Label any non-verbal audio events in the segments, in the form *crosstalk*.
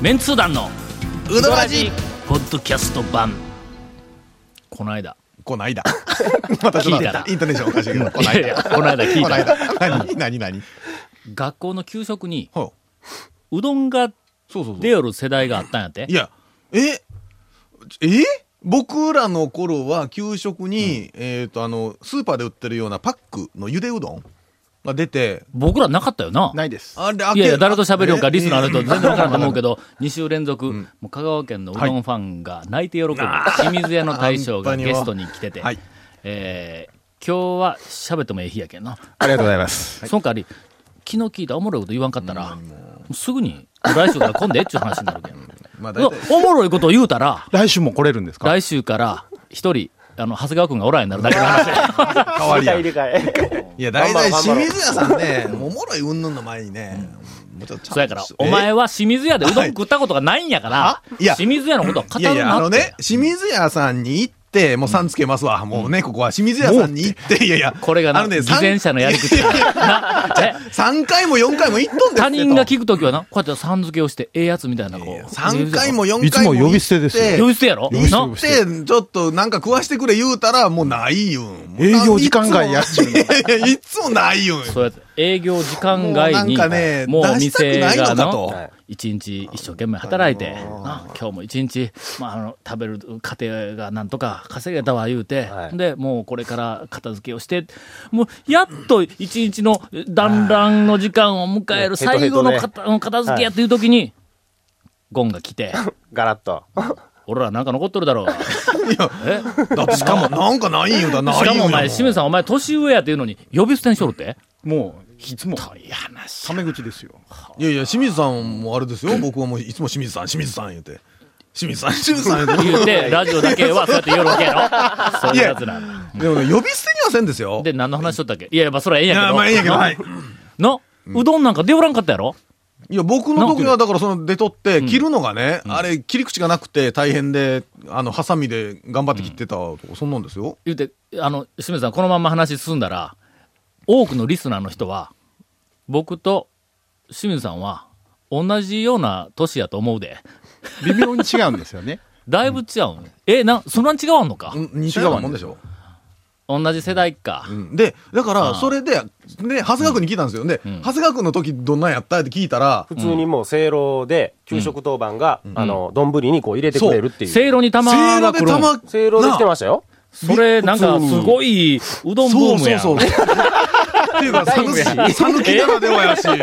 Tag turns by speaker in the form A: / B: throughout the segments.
A: メンツー団の
B: うどらじ
A: ポッドキャスト版この間
B: こないだ。 *laughs* またちょっ
A: 聞いたら
B: とイントネーションおかしいけど、こ
A: い
B: な
A: や
B: い
A: いや
B: だ。
A: この間聞い
B: こない
A: た
B: だ。何何何
A: 学校の給食に
B: ほ
A: うどんが
B: う。そうそうそう。
A: 出よる世代があったんやって
B: いや、ええ僕らの頃は給食に、えっと、あの、スーパーで売ってるようなパックのゆでうどんが出て、
A: 僕らなかったよな
C: ないです。
B: あれ開
A: い
B: け、
A: やいや誰と喋るんか
B: え
A: リスナーの人全然分からんと思うけ
B: ど。
A: ど2週連続もう香川県のうどんファンが泣いて喜ぶ清水屋の大将がゲストに来てて
B: はい。
A: えー今日は喋ってもええ日やけんな
C: ありがとうございます。
A: その代わり昨日聞いたおもろいこと言わんかったらすぐに来週から今でえっちゅう話になるけん
B: まあ大体、
A: おおもろいことを言うたら、
C: 来週も来れるんですか
A: 来週から一人、あの、長谷川君がおらんようになるだけ
B: *laughs*
A: の話。
B: 代わりや。いや、大体
D: 頑張ろう頑張
B: 清
D: ろう
B: 水屋さんね、おもろい云々の前にね、もうちょっとちゃんと
A: そうやから
B: し、
A: お前は清水屋でうどん食ったことがないんやから
B: あ、いや
A: 清水屋のことは語
B: い
A: るな
B: や
A: って。
B: いや、あのね、清水屋さんに行って、もう3つけますわ。もうね、ここは清水屋さんに行って、いやいや。
A: これが
B: あ
A: な、
B: のね、
A: 偽善者のやり口や。なえ
B: 3回も4回も行っとんですけど
A: 他人が聞くときはな、こうやってさん付けをして、ええやつみたいな、こう。
B: 3回も4
C: いつ
B: 回も行
C: も
B: って。
C: 呼び捨てですよ
A: 呼び捨てやろ
C: 呼び捨
A: な
C: て呼び捨
B: で、ちょっとなんか食わしてくれ言うたら、もうない言うん。
C: 営業時間外やっちゅうの
B: いやいや、いつもない言うん。
A: そうやって、営業時間外に
B: もうなんかね、
A: もう
B: 出したく
A: 店
B: ないの
A: が
B: か
A: の
B: と、
A: 一日一生懸命働いて、な今日も一日、まあ、あの、食べる家庭がなんとか稼げたわ言うて、
D: はい
A: で、もうこれから片付けをして、もうやっと一日の団らんの時間を迎える
D: ねヘト
A: 最
D: ヘ
A: 後
D: ト
A: の
D: で
A: 片片付けやっていう時に、ゴンが
B: *laughs*
A: 来て、
D: ガラッと。
A: 俺らなんか残っとるだろう。え
B: だってしかも、なんかない言うたらない
A: し
B: 言
A: か
B: うん
A: もお
B: や
A: 前、清水さん、お前年上やっていうのに、呼び捨てにしとるって
C: もう、いつも、
A: いや、なし。
C: タメ口ですよ。
B: いやいや、清水さんもあれですよ。僕はもういつも清水さん、清水さん言うて。清水さん、清水さん言うて。
A: 言う
B: *laughs*
A: て、ラジオだけはそうやって夜わけやろ。そういうやつな
B: でもね、呼び捨てにはせんですよ。
A: で、何の話しとったっけいや、まあ、それはええん
B: い
A: やけ
B: や、
A: ど。
B: まあいいんやけど、
A: な
B: はい。
A: の、うどんなんか出おらんかったやろ
B: *laughs* いや、僕の時は、だから、その、出とって、切るのがね、あれ、切り口がなくて大変で、あの、ハサミで頑張って切ってたとか、そんなんですよ。
A: 言うて、あの、清水さん、このまま話進んだら、多くのリスナーの人は、僕と清水さんは、同じような年やと思うで。
C: 微妙に違うんですよね。
A: だいぶ違うん。え、な、そんなに違うんのか、
B: うん似たようなもんでしょ。
A: 同じ世代か。
B: うんで、だか
A: あ
B: ら、
A: あ
B: それで、ね、長谷川君に聞いたんですよ。で、
A: ん
B: 長谷川君の時どんなんやったって聞いたら、
D: *laughs* 普通にもう、せいろで、給食当番が、あの、丼にこう入れてくれるっていう。
A: せいろに玉
B: せいろ
A: が来
B: で
A: るん。
B: 玉、
D: せいろで来てま
B: し
D: したよ。
A: それ、なんか、すごい、うどんブ
B: そう
A: ーム
B: そう
A: やん。
B: そう。っていうか、さぬき、さぬきならではやし。いや、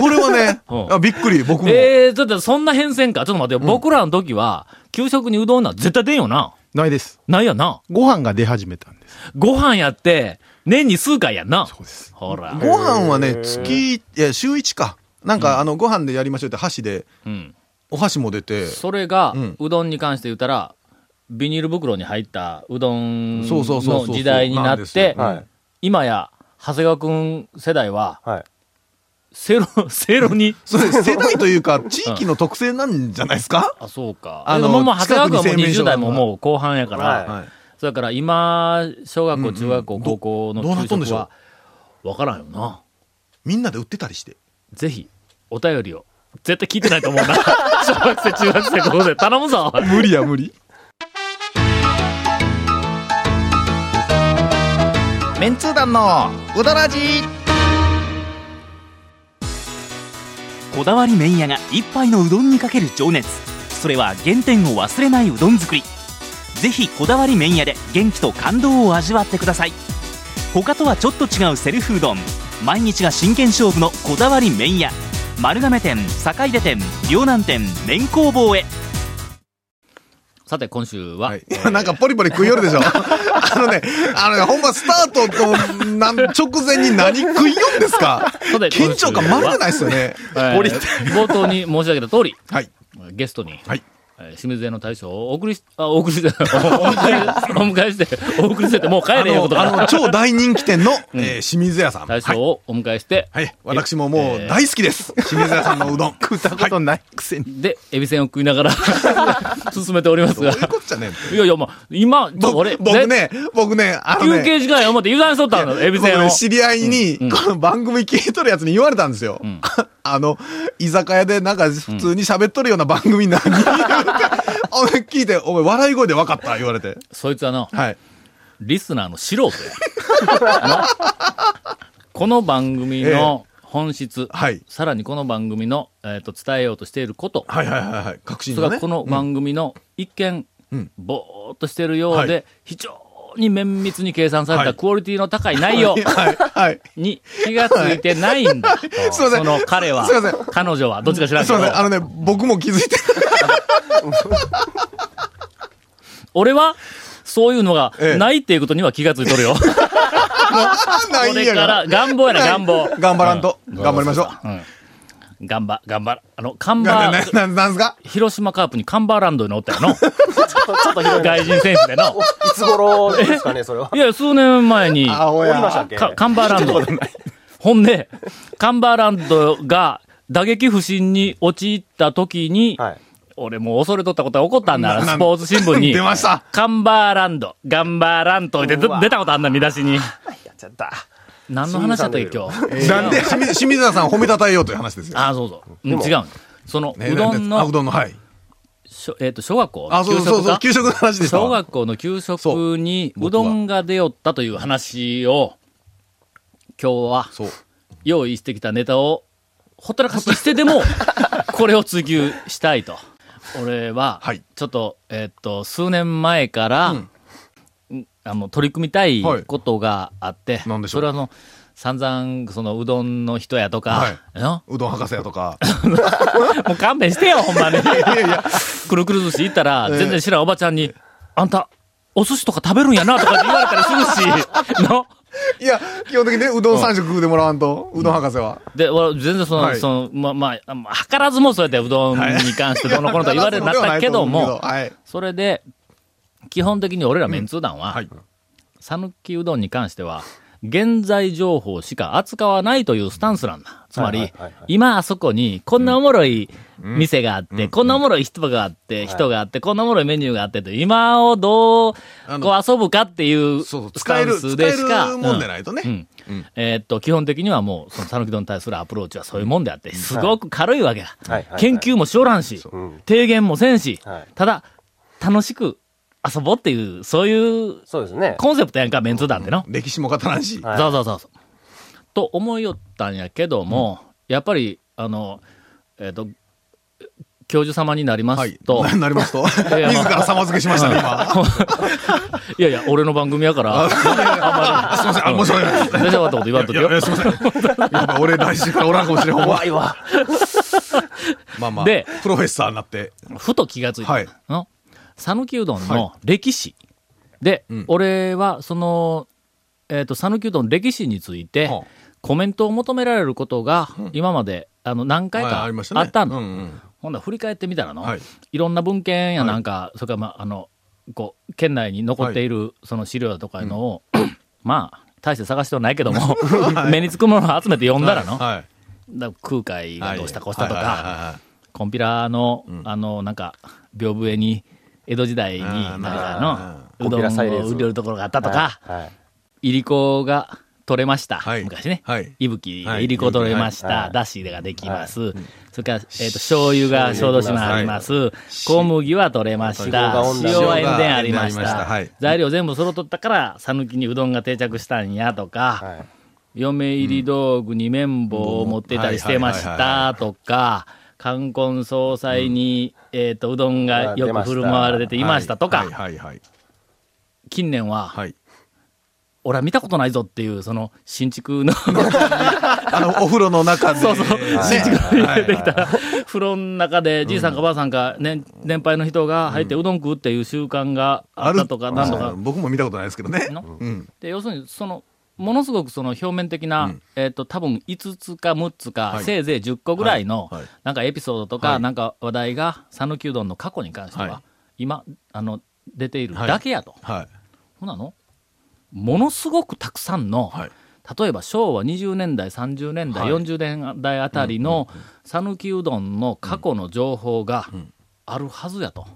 B: これはね
A: う、ん
B: あびっくり、僕も。
A: ええだってそんな変遷か。ちょっと待ってよ。僕らの時は、給食にうどんなんて絶対出んよな。
C: ないです。
A: ないやな。
C: ご飯が出始めたんです。
A: ご飯やって、年に数回やんな。
C: そうです。
A: ほら。
B: ご飯はね、月、いや、週1か。なんか、あの、ご飯でやりましょうって箸で、
A: うん。
B: お箸も出て。
A: それが
B: うん、
A: うどんに関して言ったら、ビニール袋に入ったうどん
B: そうそうそうそう
A: の時代にな
B: なんで
A: っ
B: すよ
A: て
B: うん、。
D: はい。
A: 今や、長谷川くん世代は、
D: はい。
A: せ *laughs* いろ、せいろに
B: それ世代というか、地域の特性なんじゃないですか、
A: あ、そうか。
B: あ
A: あ
B: の
A: の、もう長谷川くんはもう
B: 近くに製麺所
A: 20
B: があ
A: 代
B: るの
A: ももう後半やから、
D: はい
B: はい。
A: それから今、小学
B: うんう
A: 校、
B: ん
A: 中学校、
B: ど
A: 高校の
B: どうなっ
A: 給
B: とんで
A: 食
B: しょ
A: は、わからんよな。
B: みんなで売ってたりして。
A: ぜひ、お便りを。絶対聞いてないと思う
B: *laughs*
A: な。小学生、中学生、高校生、頼むぞ。
C: 無理や無理。
B: メンツー団のうだらじ
E: こだわり麺屋が一杯のうどんにかける情熱それは原点を忘れないうどん作りぜひこだわり麺屋で元気と感動を味わってください他とはちょっと違うセルフうどん毎日が真剣勝負のこだわり麺屋丸亀店坂出店両南店麺工房へ
A: *laughs* さて、今週は、
B: はい、なんかポリポリ食いよるでしょあのね、あのね、ほんまスタートとなん直前に何食いよんですか
A: さて
B: 緊張感まるでないっすよね。
A: えー冒頭に申し上げた通り、
B: はい。
A: ゲストに、
B: はい
A: えー清水屋の大将をお送りし、あ、お送
B: *laughs*
A: りして、お迎えして、お送りしてて、もう帰
B: あ
A: れよ、こと
B: の、あの
A: か。
B: 超大人気店 *laughs* の、えー清水屋さん。は
A: 大
B: い。
A: 将をお迎えして、
B: はい私ももう大好きです。清水屋さんのう *laughs* どん。
C: 食ったことないくせに。
A: で、エビせんを食いなが
B: *laughs*
A: ら進めております
B: どうい
A: が。
B: うことじゃねえんだよ
A: いやいや、まあ、今、ちょっと俺、
B: 僕僕
A: ぜ、
B: ね、僕ね、あの
A: 休
B: ね、
A: 憩時間や思って油断しとったの、エビせ
B: 僕
A: んを
B: ね。知り合いに、この番組聞いとるやつに言われたんですよ。 *laughs* あの、居酒屋でなんか普通に喋っとるような番組何、
A: *laughs*
B: お前聞いて、お前笑い声で分かった言われて。
A: そいつはの、
B: はい。
A: リスナーの素人や。 *laughs* この番組の本質、
B: はい
A: さらにこの番組の、えー、と伝えようとしていること、
B: はいはいはいはい。確信
A: そ
B: の
A: れ
B: ね。
A: がこの
B: うん
A: 番組の一見、
B: うん
A: ぼーっとしてるようで、
B: は
A: 非常に綿密に計算され
B: は
A: た
B: い
A: クオリティの高い内容
B: はい
A: *laughs*
B: はい。
A: に気がついてないんだ。
B: すいません
A: その彼は
B: すいません、
A: 彼女は、どっちか知らん
B: す
A: け
B: い
A: ど
B: ませ、ん、あのね、僕も気づいて
A: 俺は、そういうのが
B: ええ
A: ないっていうことには気がつい
B: *laughs*
A: とるよ。
B: な
A: こ *laughs*
B: いん
A: れ
B: や
A: か
B: から
A: ら、。願望やな、願望。
B: 頑張らんと。頑張りましょう。
A: うん。頑張、頑張ら、あの、看
B: な、
A: 板、
B: な、ななんすか
A: 広島カープにカンバーランドにおったやの。
D: ちょっと、ちょっと広いな
A: 外人選手での
D: お。いつ頃ですかね、それは。
A: いや、数年前に、
B: あお
D: *laughs* おりました
B: や
D: っ。け
A: かカンバーランド。ほんで、カンバーランドが打撃不振に陥った時に、
D: はい。
A: 俺もう恐れとったことが起こったんだ、
B: なな
A: スポーツ新聞に
B: 出。ました。
A: カンバーランド、ガンバーランドで出
D: うわ
A: 出たことあんな見出しに。
D: やっちゃった。
A: 何の話だったっけ、今日。
B: なんで、
A: *laughs*
B: 清水清水田さんを褒めたたえようという話ですよ。
A: ああ、そうそう。うん
D: でも
A: 違う。その、
B: ね
A: うどん
B: あう
A: の、
B: どんの、はい。
A: しょえっ、と、小学校
B: あ、
A: の
B: そう
A: 給食
B: そうそう、
A: か
B: 給食の話でしたわ。
A: 小学校の給
B: そ
A: 食にう
B: 僕
A: ど
B: は
A: んが出よったという話を、今日は
B: そう。
A: 用意してきたネタを、ほったらかしにしてで
B: *laughs*
A: も、これを追求したいと。俺は
B: はい、
A: ちょっと、えっと、数年前から、
B: うん
A: うんあの、取り組みたい
B: はい
A: ことがあって、
B: なんでし
A: そ
B: ょ
A: うれはあの、散々、その、うどんの人やとか、の
B: うどん博士やとか。
A: もう勘弁して *laughs* よ、ほんまに。くるくる寿司行ったら、全然知らんおばちゃんに、あんた、お寿司とか食べるんやな、とかって言われたり *laughs* するし、の。
B: *laughs* いや、基本的にね、うどん3食食うてもらわんと、うどん博士は。
A: で、俺、全然その、
B: はい
A: その、ま、まあ、まあ、図らずもそうやってうどんに関してどうのこうのとか言われるようになったけども、
B: はい。
A: それで、基本的に俺らメンツー団は
B: はい、
A: 讃岐、うどんに関しては、現在情報しか扱わないというスタンスなんだ。つまり、
D: はいはいはいはい
A: 今あそこにこんなおもろい店があって、こんなおもろい人があって、人があって、こんなおもろいメニューがあってと、今をどう、こ
B: あの
A: う遊ぶかっていうス
B: そうそう、使
A: タ
B: え
A: ン
B: る、
A: ス
B: 使え
A: でしか。
B: るもんで
A: うん
B: ないとね。
A: うんえーっと、基本的にはもう、その讃岐丼に対するアプローチはそういうもんであって、すごく軽いわけだ。
D: はいはいはい
A: 研究もしおらんし、
D: うん
A: 提言もせんし、
D: はい
A: ただ、楽しく遊ぼうっていう、そういう
D: そうですね。
A: コンセプトやんか、メンツ団っての。
B: 歴史も語らんし。
D: はい
A: そうそうそうそう。と思いよったんやけども、やっぱり、あの、えーっと、教授様になりま
B: は
A: す
B: い。
A: と、
B: *laughs* ななりますと。自
A: *laughs* やいやまあ
B: ら様付けしましたね、今。
A: いやいや、俺の番組やから、
B: すいません、あ、申し訳ないです。
A: 大丈夫だったこと言わんと
B: い
A: くよ
B: やいや、すいません。やっぱ俺来週からおらんかもしれん、ほんま
D: 怖。いわ。
B: まあまあ、
A: で
B: プロフェッサーになって。
A: ふと気がついた。
B: はい
A: の、讃岐うどんの歴史。で、
B: うん
A: 俺は、その、えっ、と、讃岐うどんの歴史について
B: はあ、
A: コメントを求められることが、今まで、あの、何回
B: はい
A: か
B: ありました
A: あ
B: ね。
A: ったの。
B: うんうん
A: ほんなら振り返ってみたらの、
B: はいい、
A: ろんな文献やなんか、それから、まあ、あの、こう、県内に残っている、その資料だとかいうのを、 *coughs* まあ、大して探してはないけど
B: *laughs*
A: も、 *laughs* 目につくものを集めて読んだらの、
B: はい
A: だから空海
B: は
A: が
B: い。
A: どうしたこうしたとか、
B: はいはいはいはい
A: コンピラの、あの、なんか、屏風に、江戸時代に、
B: あー
A: なん
B: ま
A: か
B: あ
A: の、うど
D: コンピラ
A: ん
D: サイレー
A: を
D: ズ
A: 売れるところがあったとか、
D: はいはい
A: いりこが取れました。
B: はい
A: 昔ね。
B: はい
A: いぶき
B: は
A: で
B: い
A: いりこ取れまし
D: はいは
A: た。
D: い
A: だしができます。それから、えっ、と、醤油が小豆島あります。小麦は取れました。
D: はい
A: 塩は塩田ありまし。
B: 塩が塩田ありましたたはい
A: 材料全部揃っとったから、讃岐にうどんが定着したんやとか、
D: はい
A: 嫁入り道具に綿棒を持ってたりしてましたとか、冠婚葬祭に、えっ、と、うどんがよく振る舞われていましたと
B: はい
A: か、
B: はいはい。
A: 近年は、
B: はい。
A: 俺は見たことないぞっていう、その、新築の、*laughs*
B: あの、お風呂の中で。そうそう。新築できた。
A: *laughs* 風呂の中で、じいさんかばあさんか、年、年配の人が入ってうどん食うっていう習慣があ
B: あ
A: った
B: る
A: とか、なんとか。
B: 僕も見たことないですけどね。
A: の
B: うん。
A: で、要するに、その、ものすごくその表面的な、
B: うん
A: えっ、と、多分5つか6つか、
B: はい
A: せいぜい10個ぐらいの、
B: はいはい
A: なんかエピソードとか、
B: はい
A: なんか話題が、讃岐うどんの過去に関しては、
B: はい
A: 今、あの、出ているだけやと。
B: はい。
A: ほなのものすごくたくさんの、
B: はい
A: 例えば昭和20年代、30年代、
B: はい
A: 40年代あたりの讃岐うどんの過去の情報が
B: ん
A: あるはずやと。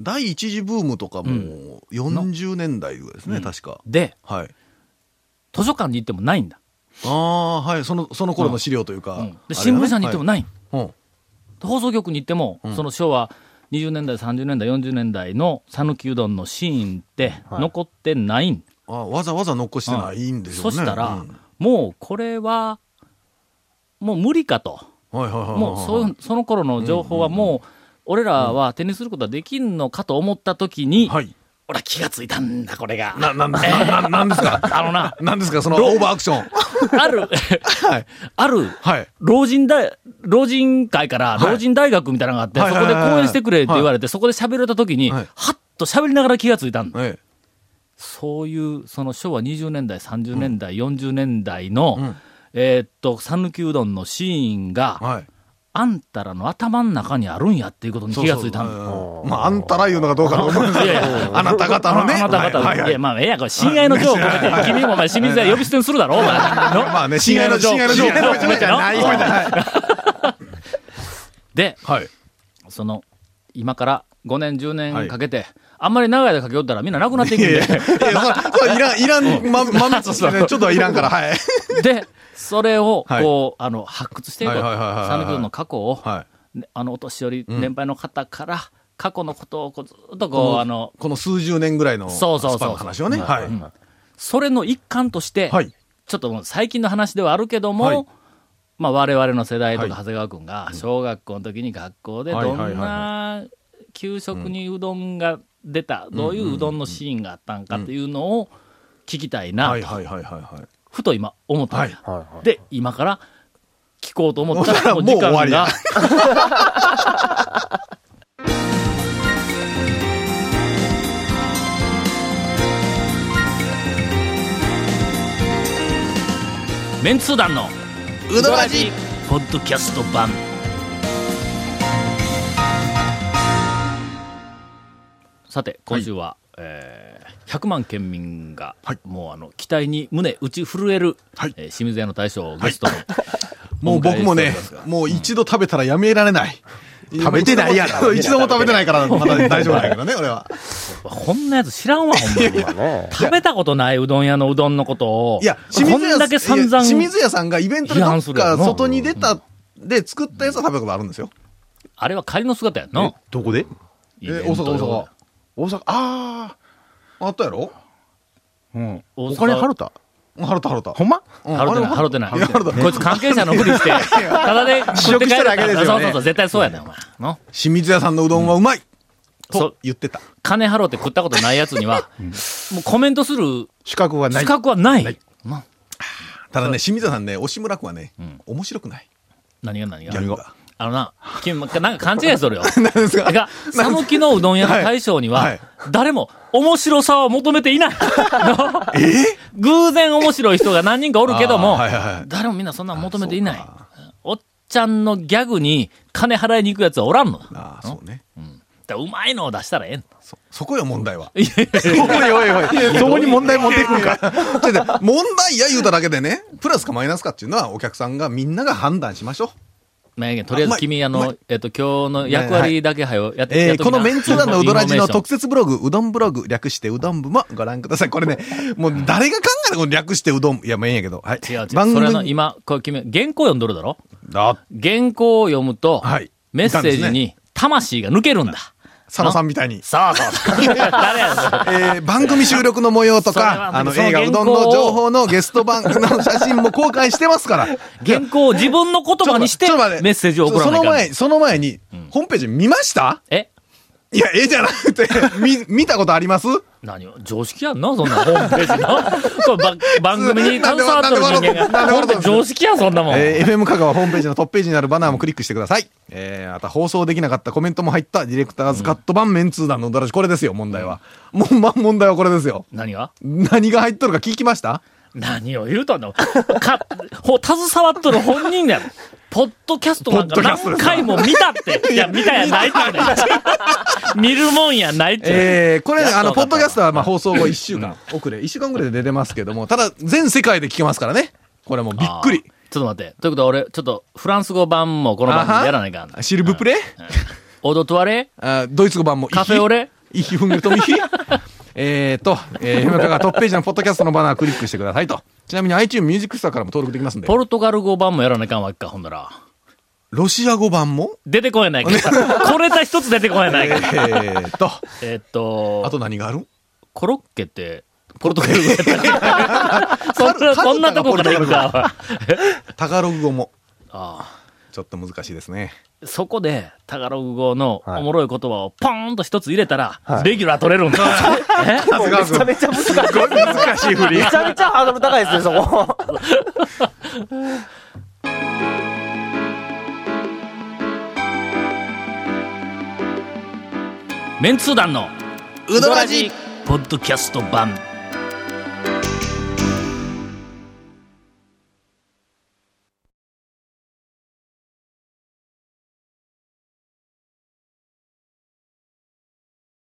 B: 第一次ブームとかも40年代ぐらいですね、確か。
A: で、
B: はい。
A: 図書館に行ってもないんだ。
B: ああ、はい。その、その頃の資料というか。
A: うんで新聞社に行っても
B: な
A: ない。
B: い。うん
A: 放送局に行っても、その昭和20年代、30年代、40年代の讃岐うどんのシーンって
D: はい
A: 残ってないん、
B: あわざわざ残してないんでしょう
A: そ
B: ね。
A: したら、
B: うん
A: もうこれは、もう無理かと。
B: はいはいはいはいはい。
A: もうそういうその頃の情報はもう、俺らは手にすることはできんのかと思った時に、
B: はい。
A: 俺は気がついたんだ、これが。
B: な、な、な、な、なんですか
A: *laughs* あのな、
B: なんですかそのオーバーアクション。
A: ある、
B: *laughs* はい。
A: ある、
B: はい。
A: 老人大、老人会から
B: はい
A: 老人大学みたいなのがあって、
B: はい
A: そこで
B: はいはいはい
A: 講演してくれって言われて、そこで喋れた時に、
B: は
A: はいっと喋りながら気がついたんだ。
B: え
A: そういう、その昭和20年代、30年代、40年代の、
B: ん
A: えーっと、讃岐うどんのシーンが、
B: え。はい。
A: あんたらの頭の中にあるんやっていうことに気がついたんだ。
B: そうそうまあ、あんたら言うのかどうかと思うんです
A: い
B: け
A: やい
B: ど、
A: *laughs* や
B: あなた方のね。
A: あなた方、
B: はいいはいは
A: や、
B: い。
A: まあ、ええやん、これ、親愛の情報で、君もお前、清水屋呼び捨てにするだろ、お前。
B: まあね、親愛の情報。
A: 親愛の情報
B: じゃない。は
A: で、
B: い。
A: その、今から5年、10年かけて、あんまり長い間かけよったらみんななくなっていくんで、
B: いや、それ、いらん、いらん、ま、まめつですね。ちょっといらんから、はい。
A: *laughs* で、それを、こう、あの、発掘していこうと。
B: はいはいはいはいはい
A: 讃岐うどんの過去を、
B: はい。
A: ねあの、お年寄り、年配の方から、過去のことをこう、ずっとこう、あの、
B: この数十年ぐらいの、
A: そうそうそう
B: スパンの話をね。はい。は
A: それの一環として、
B: はい
A: ちょっともう最近の話ではあるけども、
B: はい
A: まあ我々の世代とか
B: はい
A: 長谷川君が小学校の時に学校で
B: はい
A: ど
B: はい
A: ん
B: はい
A: な給食にうどんが出た、どういううどんのシーンがあったんかっていうのを聞きたいな、
B: いはいはいは
A: ふと今思った、
B: はい
D: はいはい
A: で、今から聞こうと思ったら、も
B: もう
A: う時間
B: 終わりや
A: が。 *laughs* メンツー団の
B: い。うどらじ
A: ポッドキャスト版さて今週は、えー100万県民が、
B: はい
A: もうあの期待に胸打ち震える、
B: はい
A: えー清水屋の大将をゲストの、
B: もう僕も
A: お迎
B: ね
A: えしておりますが、
B: もう一度食べたらやめられない。
C: 食べてないやろ
B: ろ。 *laughs* 一度も食べてないから、まだ大丈夫だけどね、俺は。
A: こんなやつ知らんわほんまに
D: まあね。
A: 食べたことないうどん屋のうどんのことを
B: いや、清
A: こ
B: 水屋
A: んだけ散々
B: いや清水屋さんがイベントでど
A: 批判
B: っ
A: するや
B: か
A: ろな
B: 外に出た、で作ったやつは食べたことあるんですよ。
A: あれは仮の姿やんの
C: どこで
A: イ
B: え、
A: ベ
B: 大
A: ント用
B: 阪、大阪。
C: 大阪あ
B: あったやろ
C: あうん
A: 大阪
C: お金払った
B: ハルタハルタ。
C: ほんま
B: うん
A: 払ってない、払
B: あ
A: っ
B: れ
A: てない。
B: いや払ってない
A: こいつ関係者のふりして、ただで食って帰るから
C: 試食しただけですよ
A: そう
C: ね
A: そうそう、絶対そうやねん、お前。の
B: 清水屋さんのうどんはうまい
A: そう
B: と言ってた。
A: 金払って食ったことないやつには、もうコメントする
C: 資格はな
A: 資
C: い
A: 格はない。な
B: ただね、清水屋さんね、押村君はね、面白くない。
A: 何が何
B: ギャグ
A: が。
B: が。
A: あのな、君、なんか勘違いするよ。
B: 何ですか
A: て
B: *laughs*
A: か、讃岐のうどん屋の大将に
B: は、
A: はい誰も面白さを求めていない。偶然面白い人が何人かおるけども、
B: あーはいはいはい
A: 誰もみんなそんなん求めていない。おっちゃんのギャグに金払いに行くやつはおらんの。
B: ああ、そうね。
A: だからうまいのを出したらええん
B: そ、そこよ、問題は。
C: おいおいおいそこに問題持ってくるか
B: 違う違う問題や言うただけでね、プラスかマイナスかっていうのは、お客さんがみんなが判断しましょう。
A: まあいいやとりあえず君、あ
B: うま
A: の、えっと、今日の役割だけはよ、やって、
B: え
A: やっ
B: ー
A: とき
B: こ
A: な
B: のメンツー団のうどらじの特
A: イ
B: 設ブログ、うどんブログ、略してうどん部もご覧ください。これね、もう誰が考えたこの略してうどん、いや、まあええんやけど。はい。
A: ンフォメーション違う違う。
B: 番
A: それはあの、
B: 組、
A: 今、これ君、原稿読んどるだろ
B: あ、
A: 原稿を読むと、
B: はい
A: メッセージに魂が抜けるん
B: *laughs*
A: だ。
B: 佐野さんみたいに。
A: そうそうそう。誰やねんそれ
B: えー番組収録の模様と
A: それは
B: か、あの、
A: その
B: 映画う
A: 原
B: どん
A: 稿
B: の
A: を
B: 情報のゲスト版の写真も公開してますから。
A: *laughs* 原稿を自分の言葉にして、
B: ちょっと待って
A: メッセージを送らない
B: そ
A: かん
B: の前、その前に、ホームページ見ました
A: え
B: いや、ええじゃなくて、 *laughs* 見、見たことあります
A: 何を常識やんな、そんなホームペ
B: *laughs*
A: ージの。これば番組に携わってる人間
B: なん
A: が。
B: で
A: これ
B: 笑って
A: って常識やん、そんなもん。
B: えー FM 香川ホームページのトップページにあるバナーもクリックしてください。えー、また放送できなかったコメントも入ったディレクターズカット版メンツー団のうどらじ、これですよ、問題は。もう、ま、問題はこれですよ。
A: 何が
B: 何が入っとるか聞きました
A: 何を言うとんのか、ほ、携わっとる本人だよ。ポッドキャストなんか何回も見たって。いや、見たやないって言うねん。見るもんやないって言うねん。
B: えー、これ、
A: やっと
B: あの、
A: わか
B: ポ
A: っ
B: ッ
A: た
B: ドキャストは、まあ、放送後1週間遅れ、1週間遅れで出てますけども、ただ、全世界で聞けますからね。これもうびっくり
A: あー。。ちょっと待って。ということは俺、ちょっとフランス語版もこの番組でやらないかん。
B: シルブプレイ、
A: オドトワレ
B: あドイツ語版も。
A: カフェオレ
B: イヒフングルト
A: *laughs*
B: ミヒえーと、えー、ひまかがトップページのポッドキャストのバナーをクリックしてくださいと。ちなみに iTunes ミュージックスターからも登録できますんで
A: ポ。ルトガル語版もやらないかんわっか、ほんなら。
B: ロシア語版も
A: 出てこえない *laughs* から。これた一つ出てこえない
B: え
A: から。
B: ーと、
A: えーっと、
B: あと何がある
A: コロッケって、ポルトガル語やったっけ *laughs* そんな、
B: カルタが
A: そんなとこから行く
B: ポルトガ
A: か。
B: タガログ語も。
A: あ
B: ちょっと難しいですね。
A: あそこで、タガログ語の
D: はい
A: おもろい言葉をポーンと一つ入れたら、
D: はい
A: レギュラー取れるんだ。え
D: もうめちゃめちゃ難しい。
B: 難しい振
D: めちゃめちゃハードル高いですね、そこ。
A: メンツー団の、
B: うどらじ
A: ポッドキャスト版、